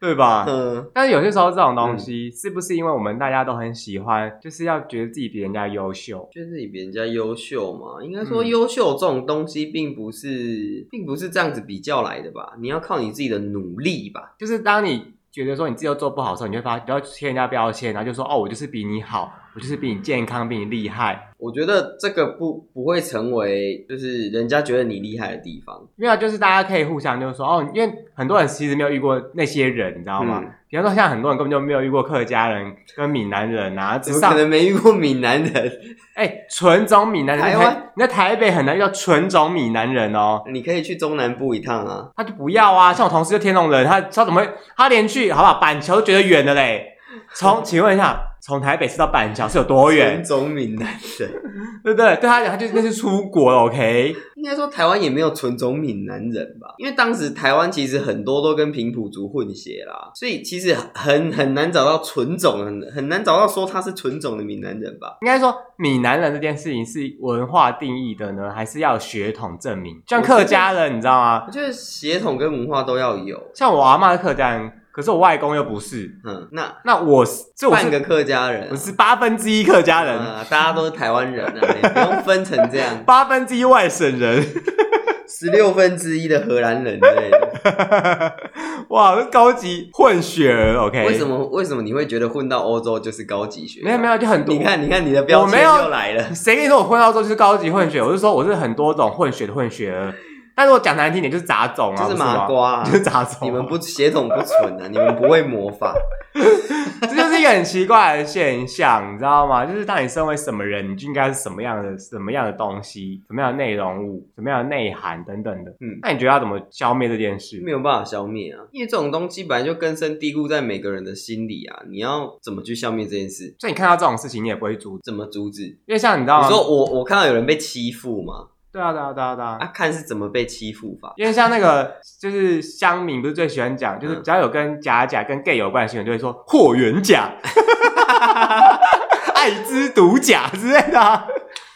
[SPEAKER 1] 对吧？
[SPEAKER 2] 嗯，
[SPEAKER 1] 但是有些时候这种东西，是不是因为我们大家都很喜欢，就是要觉得自己比人家优秀？
[SPEAKER 2] 觉得自己比人家优秀嘛？应该说
[SPEAKER 1] 嗯
[SPEAKER 2] 优秀这种东西，并不是，并不是这样子比较来的吧？你要靠你自己的努力吧。
[SPEAKER 1] 就是当你觉得说你自己又做不好的时候，你会发，你要贴人家标签，然后就说哦，我就是比你好，我就是比你健康，比你厉害。
[SPEAKER 2] 我觉得这个不不会成为就是人家觉得你厉害的地方，
[SPEAKER 1] 没有，啊就是大家可以互相就是说哦，因为很多人其实没有遇过那些人，你知道吗？
[SPEAKER 2] 嗯
[SPEAKER 1] 比方说，像很多人根本就没有遇过客家人跟闽南人啊，只
[SPEAKER 2] 怎么
[SPEAKER 1] 上
[SPEAKER 2] 可能没遇过闽南人？
[SPEAKER 1] 哎、纯种闽南人，
[SPEAKER 2] 台
[SPEAKER 1] 你
[SPEAKER 2] 湾
[SPEAKER 1] 在你在台北很难遇到纯种闽南人哦。
[SPEAKER 2] 你可以去中南部一趟啊。
[SPEAKER 1] 他就不要啊，像我同事就天龙人，他他怎么会？他连去好不好？板桥都觉得远了嘞。
[SPEAKER 2] [laughs]
[SPEAKER 1] 从请问一下，从台北市到板桥是有多
[SPEAKER 2] 原
[SPEAKER 1] 远？
[SPEAKER 2] 种闽南人。
[SPEAKER 1] 对不对？对他来讲，他就那是出国了，OK？
[SPEAKER 2] 应该说台湾也没有纯种闽南人吧，因为当时台湾其实很多都跟平埔族混血啦，所以其实很很难找到纯种，很很难找到说他是纯种的闽南人吧。
[SPEAKER 1] 应该说，闽南人这件事情是文化定义的呢，还是要有血统证明？像客家人，你知道吗？
[SPEAKER 2] 我觉得血统跟文化都要有，
[SPEAKER 1] 像我阿妈是客家人，可是我外公又不是，
[SPEAKER 2] 嗯，那
[SPEAKER 1] 那我是这我
[SPEAKER 2] 半
[SPEAKER 1] 是
[SPEAKER 2] 个客家人啊、
[SPEAKER 1] 我是八分之一客家人，
[SPEAKER 2] 啊大家都是台湾人啊，你不用分成
[SPEAKER 1] [laughs]
[SPEAKER 2] 这样，
[SPEAKER 1] 八分之一外省人， [laughs]
[SPEAKER 2] 十六分之一的荷兰人之类的。
[SPEAKER 1] 哇，这高级混血儿，OK？
[SPEAKER 2] 为什？么？为什么你会觉得混到欧洲就是高级学？
[SPEAKER 1] 没有没，有，就很多。
[SPEAKER 2] 你看，你看你的标
[SPEAKER 1] 我没
[SPEAKER 2] 签
[SPEAKER 1] 有
[SPEAKER 2] 又来了。
[SPEAKER 1] 谁跟你说我混到之后就是高级混血？我是说我是很多种混血的混血儿。但是我讲难听点就是杂种啊，
[SPEAKER 2] 就是
[SPEAKER 1] 不吗
[SPEAKER 2] 麻瓜
[SPEAKER 1] [laughs]
[SPEAKER 2] 啊
[SPEAKER 1] 就是杂种啊。
[SPEAKER 2] [laughs] 你们不血统不纯啊，你们不会魔
[SPEAKER 1] [laughs]
[SPEAKER 2] 法。
[SPEAKER 1] 这就是一个很奇怪的现象，你知道吗？就是当你身为什么人，你就应该是什么样的、什么样的东西、什么样的内容物、什么样的内涵等等的。
[SPEAKER 2] 嗯
[SPEAKER 1] 那你觉得要怎么消灭这件事？
[SPEAKER 2] 没有办法消灭啊，因为这种东西本来就根深蒂固在每个人的心里啊。你要怎么去消灭这件事？
[SPEAKER 1] 所以你看到这种事情，你也不会阻止，
[SPEAKER 2] 怎么阻止？
[SPEAKER 1] 因为像你知道
[SPEAKER 2] 你
[SPEAKER 1] 吗？
[SPEAKER 2] 说我我看到有人被欺负嘛？
[SPEAKER 1] 对啊，对啊，对啊，对啊。
[SPEAKER 2] 啊，看是怎么被欺负法。
[SPEAKER 1] 因为像那个就是乡民不是最喜欢讲，就是
[SPEAKER 2] 嗯
[SPEAKER 1] 只要有跟假假跟 gay 有关的新闻，就会说霍元甲、 [laughs] 艾滋毒假之类的啊、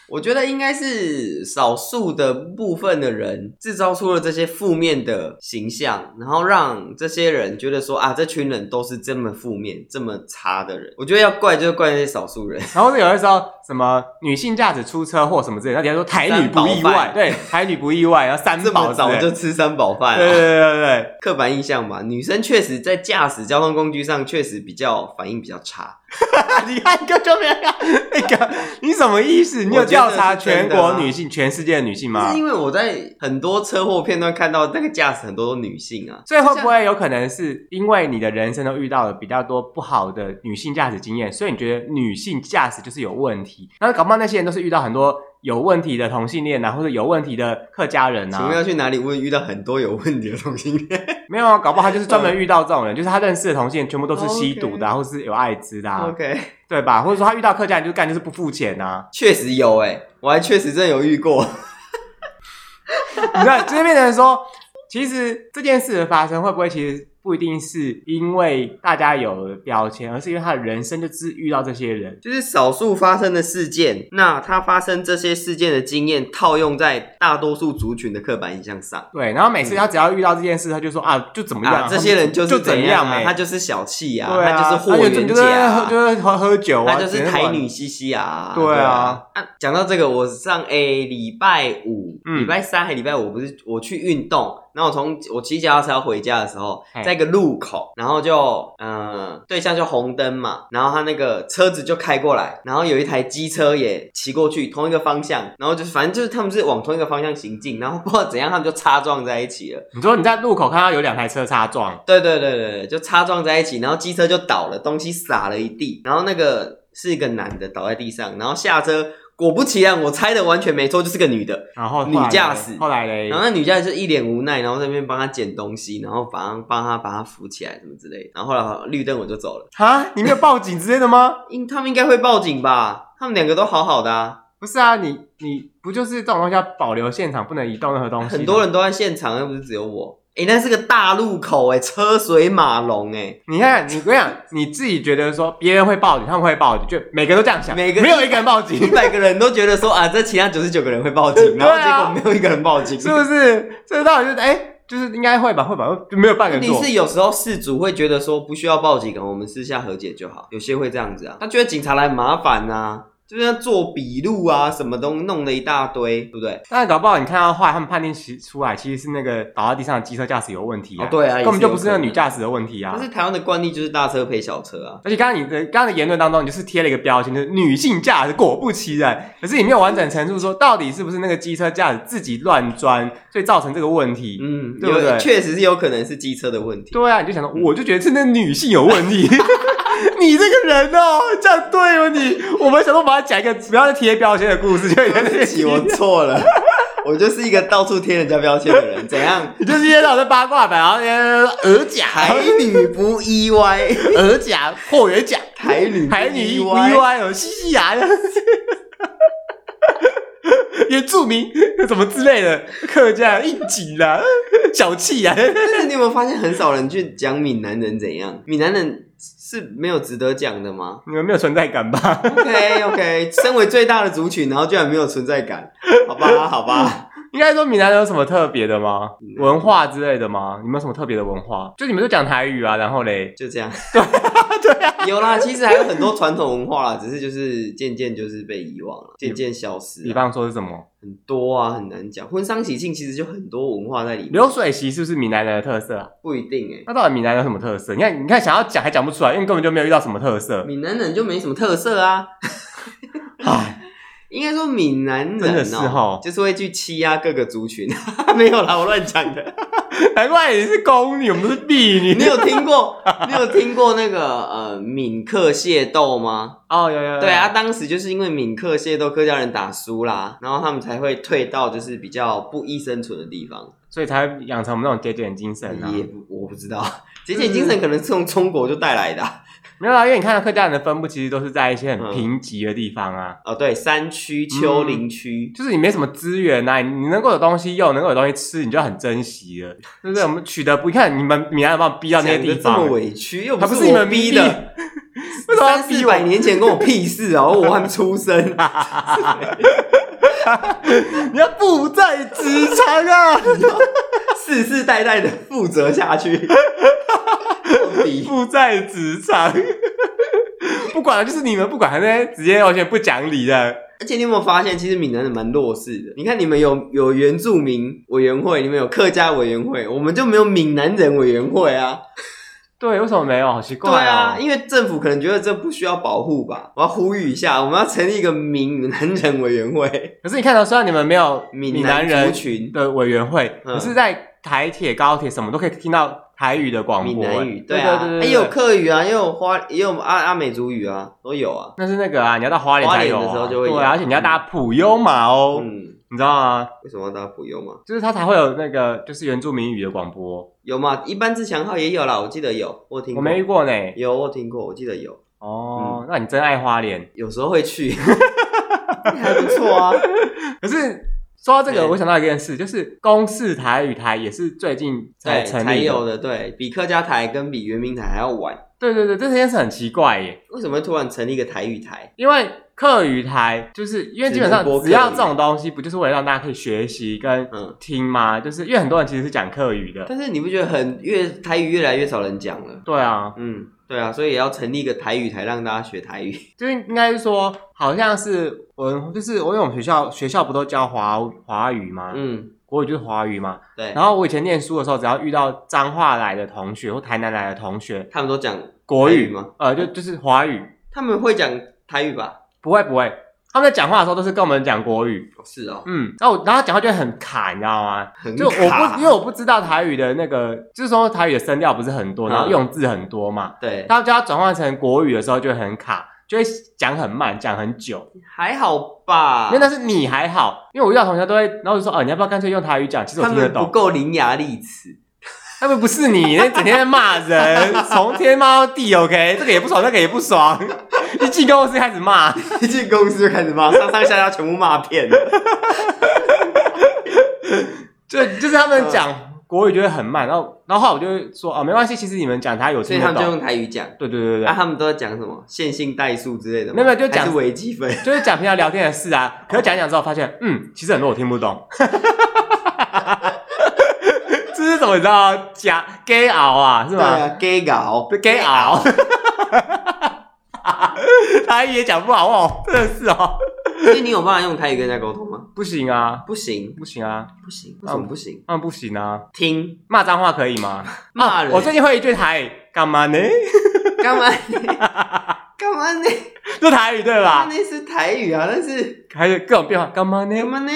[SPEAKER 2] 我觉得应该是少数的部分的人制造出了这些负面的形象，然后让这些人觉得说啊，这群人都是这么负面、这么差的人。我觉得要怪就怪那些少数人，
[SPEAKER 1] 然后有的时候什么女性价值出车祸什么之类的，那底下说台女不意
[SPEAKER 2] 三宝
[SPEAKER 1] 外，
[SPEAKER 2] 饭
[SPEAKER 1] 对，台女不意外，然后三
[SPEAKER 2] 这
[SPEAKER 1] 宝
[SPEAKER 2] 么
[SPEAKER 1] 之类
[SPEAKER 2] 早
[SPEAKER 1] 的
[SPEAKER 2] 就吃三宝饭、
[SPEAKER 1] 对对
[SPEAKER 2] 啊，
[SPEAKER 1] 对对对， [laughs]
[SPEAKER 2] 刻板印象嘛。女生确实在驾驶交通工具上确实比较反应比较差，
[SPEAKER 1] 对你看根本没有那个，你什么意思？你有
[SPEAKER 2] 我觉得
[SPEAKER 1] 调查
[SPEAKER 2] 是真
[SPEAKER 1] 全
[SPEAKER 2] 的
[SPEAKER 1] 国
[SPEAKER 2] 啊
[SPEAKER 1] 女性、全世界的女性吗
[SPEAKER 2] 是？因为我在很多车祸片段看到那个驾驶很多都女性啊，
[SPEAKER 1] 所以会不会有可能是因为你的人生都遇到了比较多不好的女性驾驶经验，所以你觉得女性驾驶就是有问题？然后搞不好那些人都是遇到很多有问题的同性恋啊，或者有问题的客家人
[SPEAKER 2] 请问
[SPEAKER 1] 啊。
[SPEAKER 2] 要去哪里问遇到很多有问题的同
[SPEAKER 1] [laughs]
[SPEAKER 2] 性恋？
[SPEAKER 1] 没有啊，搞不好他就是专门遇到这种人，就是他认识的同性恋全部都是吸毒的、啊，或是有艾滋的、啊
[SPEAKER 2] [laughs] OK，
[SPEAKER 1] 对吧？或者说他遇到客家人就是干就是不付钱啊，
[SPEAKER 2] 确实有哎、我还确实真有遇过。 [laughs]
[SPEAKER 1] 你知道，就是变成说，其实这件事的发生会不会其实不一定是因为大家有了标签，而是因为他的人生就只遇到这些人。
[SPEAKER 2] 就是少数发生的事件，那它发生这些事件的经验套用在大多数族群的刻板印象上
[SPEAKER 1] 对，然后每次他只要遇到这件事，他就说啊，就怎么样，
[SPEAKER 2] 嗯啊，这些人
[SPEAKER 1] 就是就
[SPEAKER 2] 怎
[SPEAKER 1] 怎样
[SPEAKER 2] 啊，
[SPEAKER 1] 欸
[SPEAKER 2] 他就是小气啊，
[SPEAKER 1] 对啊，
[SPEAKER 2] 他就是
[SPEAKER 1] 他
[SPEAKER 2] 霍
[SPEAKER 1] 就
[SPEAKER 2] 元
[SPEAKER 1] 就是
[SPEAKER 2] 甲
[SPEAKER 1] 在喝
[SPEAKER 2] 啊，
[SPEAKER 1] 就是喝喝酒啊，
[SPEAKER 2] 他就是
[SPEAKER 1] 整天
[SPEAKER 2] 台
[SPEAKER 1] 玩
[SPEAKER 2] 女西西啊，
[SPEAKER 1] 对啊
[SPEAKER 2] 啊。讲到这个，我上诶礼拜五、
[SPEAKER 1] 嗯
[SPEAKER 2] 礼拜三还礼拜五，不是我去运动，然后我从我骑脚踏车要回家的时候
[SPEAKER 1] 嘿，
[SPEAKER 2] 在一个路口，然后就嗯、呃对象就红灯嘛，然后他那个车子就开过来，然后有一台机车也骑过去，同一个方向，然后就是反正就是他们是往同一个方向行进，然后不知道怎样他们就擦撞在一起了。
[SPEAKER 1] 你说你在路口看到有两台车擦撞，
[SPEAKER 2] 对对对对，对，就擦撞在一起，然后机车就倒了，东西洒了一地，然后那个是一个男的倒在地上，然后下车，果不其然，我猜的完全没错，就是个女的。
[SPEAKER 1] 然后后来
[SPEAKER 2] 女
[SPEAKER 1] 嘞
[SPEAKER 2] 驾驶
[SPEAKER 1] 后来嘞
[SPEAKER 2] 然，后那女驾驶就一脸无奈，然后在那边帮他捡东西，然后帮帮他把他扶起来什么之类的。然后后来绿灯我就走了，
[SPEAKER 1] 啊，你没有报警之类的吗？
[SPEAKER 2] 应他们应该会报警吧？他们两个都好好的啊，
[SPEAKER 1] 不是啊，你你不就是这种东西要保留现场，不能移动任何东西吗？
[SPEAKER 2] 很多人都在现场，又不是只有我。诶，那是个大路口诶，车水马龙诶，
[SPEAKER 1] 你看，你我跟你讲，你自己觉得说别人会报警，他们会报警，就每个都这样想，
[SPEAKER 2] 每个
[SPEAKER 1] 没有一个人报
[SPEAKER 2] 一 [laughs]
[SPEAKER 1] 警，
[SPEAKER 2] 百个人都觉得说啊，这其他九十九个人会报
[SPEAKER 1] [laughs]
[SPEAKER 2] 警，然
[SPEAKER 1] 对啊
[SPEAKER 2] 后结果没有一个人报警，
[SPEAKER 1] 是不是？这到底就是哎、就是应该会吧，会吧，就没有半
[SPEAKER 2] [laughs]
[SPEAKER 1] 个
[SPEAKER 2] 问
[SPEAKER 1] 人
[SPEAKER 2] 题
[SPEAKER 1] 做。
[SPEAKER 2] 是有时候事主会觉得说不需要报警啊，我们私下和解就好。有些会这样子啊，他觉得警察来很麻烦呐、啊，就是要做笔录啊，什么东西弄了一大堆，对不对？
[SPEAKER 1] 但搞不好你看到后来他们判定其出来，其实是那个倒在地上的机车驾驶有问题啊，
[SPEAKER 2] 哦，对哦啊，
[SPEAKER 1] 根本就不是那个女
[SPEAKER 2] 家。
[SPEAKER 1] 驾驶的问题啊
[SPEAKER 2] 但。是台湾的惯例就是大车赔小车啊，
[SPEAKER 1] 而且刚刚你的刚刚的言论当中，你就是贴了一个标签，就是女性驾驶。果不其然，可是你没有完整陈述说到底是不是那个机车驾驶自己乱钻，所以造成这个问题。
[SPEAKER 2] 嗯，
[SPEAKER 1] 对不对
[SPEAKER 2] 有确实是有可能是机车的问题。
[SPEAKER 1] 对啊，你就想
[SPEAKER 2] 嗯
[SPEAKER 1] 到，我就觉得是那女性有问
[SPEAKER 2] [laughs]
[SPEAKER 1] 题。你这个人哦，这样对吗你？我们想说把它讲一个不要再贴标签的故事，就有
[SPEAKER 2] 对不
[SPEAKER 1] 点
[SPEAKER 2] 起，我错了，我就是一个到处贴人家标签的人，
[SPEAKER 1] [laughs]
[SPEAKER 2] 怎样？
[SPEAKER 1] 你就是一天到晚在八卦版，然后呃鹅甲、
[SPEAKER 2] 台女不意外，
[SPEAKER 1] 鹅呃甲、霍元甲。
[SPEAKER 2] 台女 E
[SPEAKER 1] 海女意
[SPEAKER 2] 意
[SPEAKER 1] 外哦，西西 [laughs] 牙的，原住民什么之类的，客家应景啦， [laughs] 小气啊，
[SPEAKER 2] [laughs] 但是你有没有发现很少人去讲闽南人怎样？闽南人是没有值得讲的吗
[SPEAKER 1] 你们没有存在感吧？ [laughs]
[SPEAKER 2] ？OK OK，身为最大的族群，然后居然没有存在感，好吧好吧，
[SPEAKER 1] 应该说闽南有什么特别的吗？文化之类的吗？你们有什么特别的文化？就你们就讲台语啊，然后嘞，
[SPEAKER 2] 就这样。对、啊，有啦，其实还有很多传统文化啦，只是就是渐渐就是被遗忘了，渐渐消失
[SPEAKER 1] 比
[SPEAKER 2] 啦。
[SPEAKER 1] 方说是什么？
[SPEAKER 2] 很多啊，很难讲。婚丧喜庆其实就很多文化在里面，
[SPEAKER 1] 流水席是不是闽南人的特色啊？
[SPEAKER 2] 不一定哎、
[SPEAKER 1] 那到底闽南有什么特色？你看，你看，想要讲还讲不出来，因为根本就没有遇到什么特色。
[SPEAKER 2] 闽南人就没什么特色啊。
[SPEAKER 1] 唉
[SPEAKER 2] 应该说闽南人、哦、
[SPEAKER 1] 真的是哦
[SPEAKER 2] 就是会去欺压各个族群。 [laughs] 没有啦，我乱讲的。
[SPEAKER 1] 难怪你是宫女，我们是婢
[SPEAKER 2] [laughs] 你
[SPEAKER 1] 女。
[SPEAKER 2] 有听过？你有听过那个呃闽客械斗吗？
[SPEAKER 1] 哦，有有有。
[SPEAKER 2] 对啊，，当时就是因为闽客械斗，客家人打输啦，然后他们才会退到就是比较不易生存的地方。
[SPEAKER 1] 所以才会养成我们那种节俭精神啊。
[SPEAKER 2] 也不我不知道， [laughs] 节俭精神可能是从中国就带来的啊、
[SPEAKER 1] 没有啊，因为你看到客家人的分布，其实都是在一些
[SPEAKER 2] 嗯
[SPEAKER 1] 很贫瘠的地方啊，
[SPEAKER 2] 哦，对，山区、丘陵区，
[SPEAKER 1] 就是你没什么资源呐、啊，你你能够有东西用，能够有东西吃，你就很珍惜了，对不对？我们取得不，你看你们闽南人把我们逼到那些
[SPEAKER 2] 讲
[SPEAKER 1] 地
[SPEAKER 2] 的这么
[SPEAKER 1] 方，
[SPEAKER 2] 委屈，又
[SPEAKER 1] 还嗯
[SPEAKER 2] 不
[SPEAKER 1] 不是你
[SPEAKER 2] 我
[SPEAKER 1] 们
[SPEAKER 2] 逼
[SPEAKER 1] 逼
[SPEAKER 2] 的，
[SPEAKER 1] 为什么要
[SPEAKER 2] 三
[SPEAKER 1] 逼
[SPEAKER 2] 四
[SPEAKER 1] 我
[SPEAKER 2] 百？年前跟我屁事哦，我还没
[SPEAKER 1] [laughs]
[SPEAKER 2] 出生。
[SPEAKER 1] 你要不在职场
[SPEAKER 2] [laughs]
[SPEAKER 1] 啊，
[SPEAKER 2] 世世代代的负责
[SPEAKER 1] [laughs]
[SPEAKER 2] 下去。到底
[SPEAKER 1] 不在职场，不管了，就是你们不管，那些直接完全不讲理的，
[SPEAKER 2] 而且你有没有发现，其实闽南人蛮弱势的？你看，你们有有原住民委员会，你们有客家委员会，我们就没有闽南人委员会啊。
[SPEAKER 1] 对，为什么没有？好奇
[SPEAKER 2] 对
[SPEAKER 1] 怪哦
[SPEAKER 2] 啊，因为政府可能觉得这不需要保护吧。我要呼吁一下，我们要成立一个闽南人委员会，
[SPEAKER 1] 可是你看到，虽然你们没有
[SPEAKER 2] 闽
[SPEAKER 1] 闽
[SPEAKER 2] 南
[SPEAKER 1] 南
[SPEAKER 2] 族
[SPEAKER 1] 人
[SPEAKER 2] 群
[SPEAKER 1] 的委员会，
[SPEAKER 2] 嗯
[SPEAKER 1] 可是，在台铁、高铁什么都可以听到台语的广播、
[SPEAKER 2] 闽南语
[SPEAKER 1] 哎
[SPEAKER 2] 对啊，
[SPEAKER 1] 对对
[SPEAKER 2] 哎
[SPEAKER 1] 对，
[SPEAKER 2] 有客语啊，也有花，也有阿阿美族语啊，都有啊。
[SPEAKER 1] 那是那个啊，你要到花莲才有、啊、
[SPEAKER 2] 花莲的时候就会有
[SPEAKER 1] 对啊，而且你要搭普悠玛哦，
[SPEAKER 2] 嗯，
[SPEAKER 1] 你知道吗？
[SPEAKER 2] 为什么要大家不用嘛？
[SPEAKER 1] 就是它才会有那个就是原住民语的广播，
[SPEAKER 2] 有嘛？一般自强号也有啦，我记得有，我有听
[SPEAKER 1] 我
[SPEAKER 2] 过。嗯
[SPEAKER 1] 没遇过呢。
[SPEAKER 2] 有，我有听过，我记得有，
[SPEAKER 1] 哦，那你真爱花莲。
[SPEAKER 2] 有时候会 [laughs] 去，还不错啊。
[SPEAKER 1] 可是说到这
[SPEAKER 2] 嗯
[SPEAKER 1] 个，我想到一件事，就是公视台语台也是最近才
[SPEAKER 2] 对，
[SPEAKER 1] 成
[SPEAKER 2] 才
[SPEAKER 1] 立
[SPEAKER 2] 有
[SPEAKER 1] 的。
[SPEAKER 2] 的，对比客家台跟比原民台还要晚。
[SPEAKER 1] 对对对，这件事很奇怪耶，
[SPEAKER 2] 为什么会突然成立一个台语台？
[SPEAKER 1] 因为客语台就是因为基本
[SPEAKER 2] 只
[SPEAKER 1] 上
[SPEAKER 2] 能播
[SPEAKER 1] 只要
[SPEAKER 2] 客语
[SPEAKER 1] 这种东西，不就是为了让大家可以学习跟
[SPEAKER 2] 嗯，
[SPEAKER 1] 听吗？就是因为很多人其实是讲客语的。
[SPEAKER 2] 但是你不觉得很越台语越来越少人讲了？
[SPEAKER 1] 对啊，
[SPEAKER 2] 嗯，对啊，所以也要成立一个台语台，让大家学台 [laughs] 语。
[SPEAKER 1] 就是应该是说，好像是文，就是我因为我们学校学校不都教华华语吗？
[SPEAKER 2] 嗯，
[SPEAKER 1] 国语就是华语嘛。
[SPEAKER 2] 对，
[SPEAKER 1] 然后我以前念书的时候，只要遇到彰化来的同学或台南来的同学，
[SPEAKER 2] 他们都讲，
[SPEAKER 1] 国
[SPEAKER 2] 台语吗？
[SPEAKER 1] 呃，就就是华语，
[SPEAKER 2] 他们会讲台语吧？
[SPEAKER 1] 不会不会，他们在讲话的时候都是跟我们讲国语。
[SPEAKER 2] 哦是哦，
[SPEAKER 1] 嗯，然后我然后讲话就会很卡，你知道吗？[laughs]
[SPEAKER 2] 很
[SPEAKER 1] 就我
[SPEAKER 2] 卡
[SPEAKER 1] 不因为我不知道台语的那个，就是说台语的声调不是很多，
[SPEAKER 2] 嗯哎
[SPEAKER 1] 然后用字很多嘛，
[SPEAKER 2] 对，
[SPEAKER 1] 他们就要转换成国语的时候就会很卡，就会讲很慢，讲很久。
[SPEAKER 2] 还好吧
[SPEAKER 1] 因为？那是你还好，因为我遇到同学都会，然后我就说，哦、你要不要干脆用台语讲？其实我
[SPEAKER 2] 他
[SPEAKER 1] 听得
[SPEAKER 2] 们不
[SPEAKER 1] 懂。
[SPEAKER 2] 够伶牙俐齿，
[SPEAKER 1] 他们不是你，那整天在骂
[SPEAKER 2] [laughs]
[SPEAKER 1] 人，从天骂到地，OK，这个也不爽，那个也不爽，一进公司开始骂。
[SPEAKER 2] 一 [laughs] 进公司就开始骂，上上下下全部骂遍了。
[SPEAKER 1] 就就是他们
[SPEAKER 2] 嗯
[SPEAKER 1] 讲国语就会很慢，然后然后后来我就会说哦，没关系，其实你们讲台语我
[SPEAKER 2] 所以
[SPEAKER 1] 听
[SPEAKER 2] 他
[SPEAKER 1] 得
[SPEAKER 2] 们就
[SPEAKER 1] 懂。
[SPEAKER 2] 用台语讲。
[SPEAKER 1] 对对对
[SPEAKER 2] 啊，
[SPEAKER 1] 对
[SPEAKER 2] 他们都在讲什么线性代数之类的吗？
[SPEAKER 1] 没有没有就讲
[SPEAKER 2] 还是微积分。
[SPEAKER 1] 对，就是讲平常聊天的事啊。
[SPEAKER 2] 哦
[SPEAKER 1] 可是讲一讲之后发现，嗯，其实很多我听不懂。 [laughs] 这是怎么你知道吗假 gay 熬啊，是
[SPEAKER 2] [laughs] 对
[SPEAKER 1] 吗
[SPEAKER 2] 啊，gay 搞
[SPEAKER 1] 被？gay
[SPEAKER 2] 啊
[SPEAKER 1] [laughs] 熬，台语也讲不好哦，真的是哦，
[SPEAKER 2] 所以你有办法用台语跟人家沟通吗？
[SPEAKER 1] 不行啊，
[SPEAKER 2] 不行，
[SPEAKER 1] 不行啊，
[SPEAKER 2] 不行，为什么不行？
[SPEAKER 1] 那不行啊，
[SPEAKER 2] 听
[SPEAKER 1] 骂脏话可以吗？
[SPEAKER 2] 骂人，
[SPEAKER 1] 我最近会一句台语，干嘛呢？
[SPEAKER 2] 干 [laughs] 嘛呢？干嘛呢？
[SPEAKER 1] 这台语对
[SPEAKER 2] 干
[SPEAKER 1] 吧
[SPEAKER 2] 嘛？呢嗯是台语啊，但是
[SPEAKER 1] 还有各种变化，干嘛呢？
[SPEAKER 2] 干嘛呢？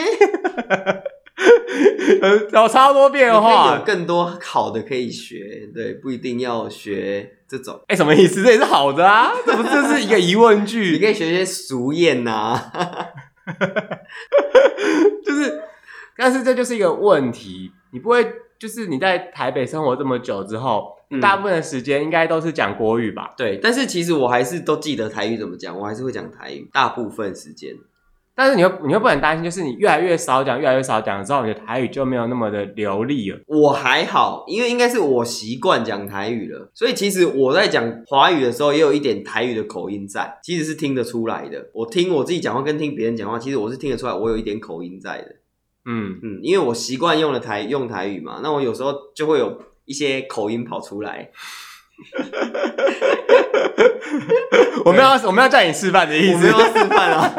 [SPEAKER 1] 呃，有超多
[SPEAKER 2] 你
[SPEAKER 1] 变
[SPEAKER 2] 可以有
[SPEAKER 1] 化，
[SPEAKER 2] 更多好的可以学，对，不一定要学这种，
[SPEAKER 1] 哎、什么意思？这也是好的啊，这不这是一个疑问
[SPEAKER 2] 你
[SPEAKER 1] 句，
[SPEAKER 2] 可以学一些俗谚啊呐。
[SPEAKER 1] 就是，但是这就是一个问题，你不会，就是你在台北生活这么久之后，
[SPEAKER 2] 嗯
[SPEAKER 1] 大部分的时间应该都是讲国语吧？
[SPEAKER 2] 对，但是其实我还是都记得台语怎么讲，我还是会讲台语，大部分时间。
[SPEAKER 1] 但是你会，你会不会很担心，就是你越来越少讲，越来越少讲之后，你的台语就没有那么的流利了。
[SPEAKER 2] 我还好，因为应该是我习惯讲台语了，所以其实我在讲华语的时候也有一点台语的口音在，其实是听得出来的。我听我自己讲话跟听别人讲话，其实我是听得出来我有一点口音在的。
[SPEAKER 1] 嗯，
[SPEAKER 2] 嗯，因为我习惯用了台用台语嘛，那我有时候就会有一些口音跑出来。
[SPEAKER 1] 我们要我们要 [laughs] 叫你示范的意
[SPEAKER 2] 我没
[SPEAKER 1] 思
[SPEAKER 2] 有要示范啊，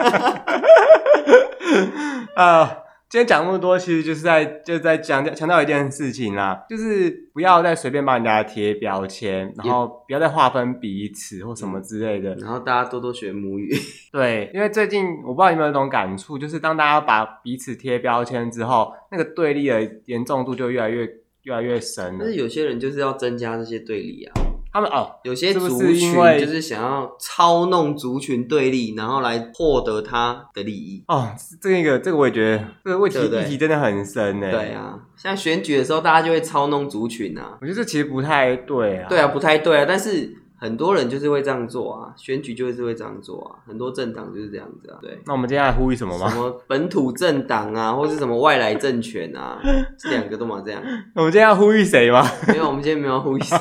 [SPEAKER 1] [laughs]
[SPEAKER 2] [laughs]
[SPEAKER 1] 呃，今天讲那么多，其实就是在就是在强调强调一件事情啦，就是不要再随便帮人家贴标签，然后不要再划分彼此或什么之类的。
[SPEAKER 2] 嗯然后大家多多学母语。
[SPEAKER 1] 对，因为最近我不知道你有没有一种感触，就是当大家把彼此贴标签之后，那个对立的严重度就越来越越来越深了
[SPEAKER 2] 但。是有些人就是要增加这些对立啊，
[SPEAKER 1] 他们哦，
[SPEAKER 2] 有些
[SPEAKER 1] 是不
[SPEAKER 2] 族
[SPEAKER 1] 是因
[SPEAKER 2] 群
[SPEAKER 1] 为
[SPEAKER 2] 就是想要操弄族群对立，然后来获得他的利益。
[SPEAKER 1] 哦，这个这个我也觉得这个问题
[SPEAKER 2] 对不对
[SPEAKER 1] 议题真的很深呢。
[SPEAKER 2] 对，啊，像选举的时候，大家就会操弄族群啊。
[SPEAKER 1] 我觉得这其实不太对啊。
[SPEAKER 2] 对啊，不太对啊，但是很多人就是会这样做啊，选举就是会这样做啊，很多政党就是这样子啊，对。
[SPEAKER 1] 那我们接下来呼吁什么吗 [laughs]
[SPEAKER 2] 什？么本土政党啊，或是什么外来政权啊，这两个都嘛
[SPEAKER 1] [laughs]
[SPEAKER 2] 这样。
[SPEAKER 1] 我们今天要呼吁谁吗？
[SPEAKER 2] 没有，我们今天没有呼吁谁，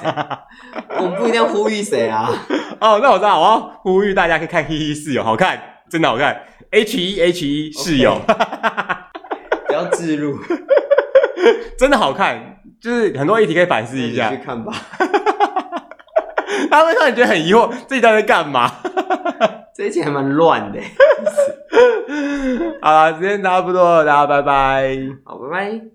[SPEAKER 2] 我们不一定要呼吁谁啊。
[SPEAKER 1] [laughs] 哦，那我知道，我要呼吁大家可以看《嘿嘿室友》，好看，真的好看。H E H E 室友
[SPEAKER 2] 不要自入，
[SPEAKER 1] [laughs] 真的好看，就是很多议题可以反思一
[SPEAKER 2] 你
[SPEAKER 1] 下
[SPEAKER 2] 去。看吧。
[SPEAKER 1] 他会让你觉得很疑惑，这一段在干嘛？
[SPEAKER 2] 这一集还蛮乱的。
[SPEAKER 1] 好了，时间差不多了，大家拜拜。
[SPEAKER 2] 好，拜拜。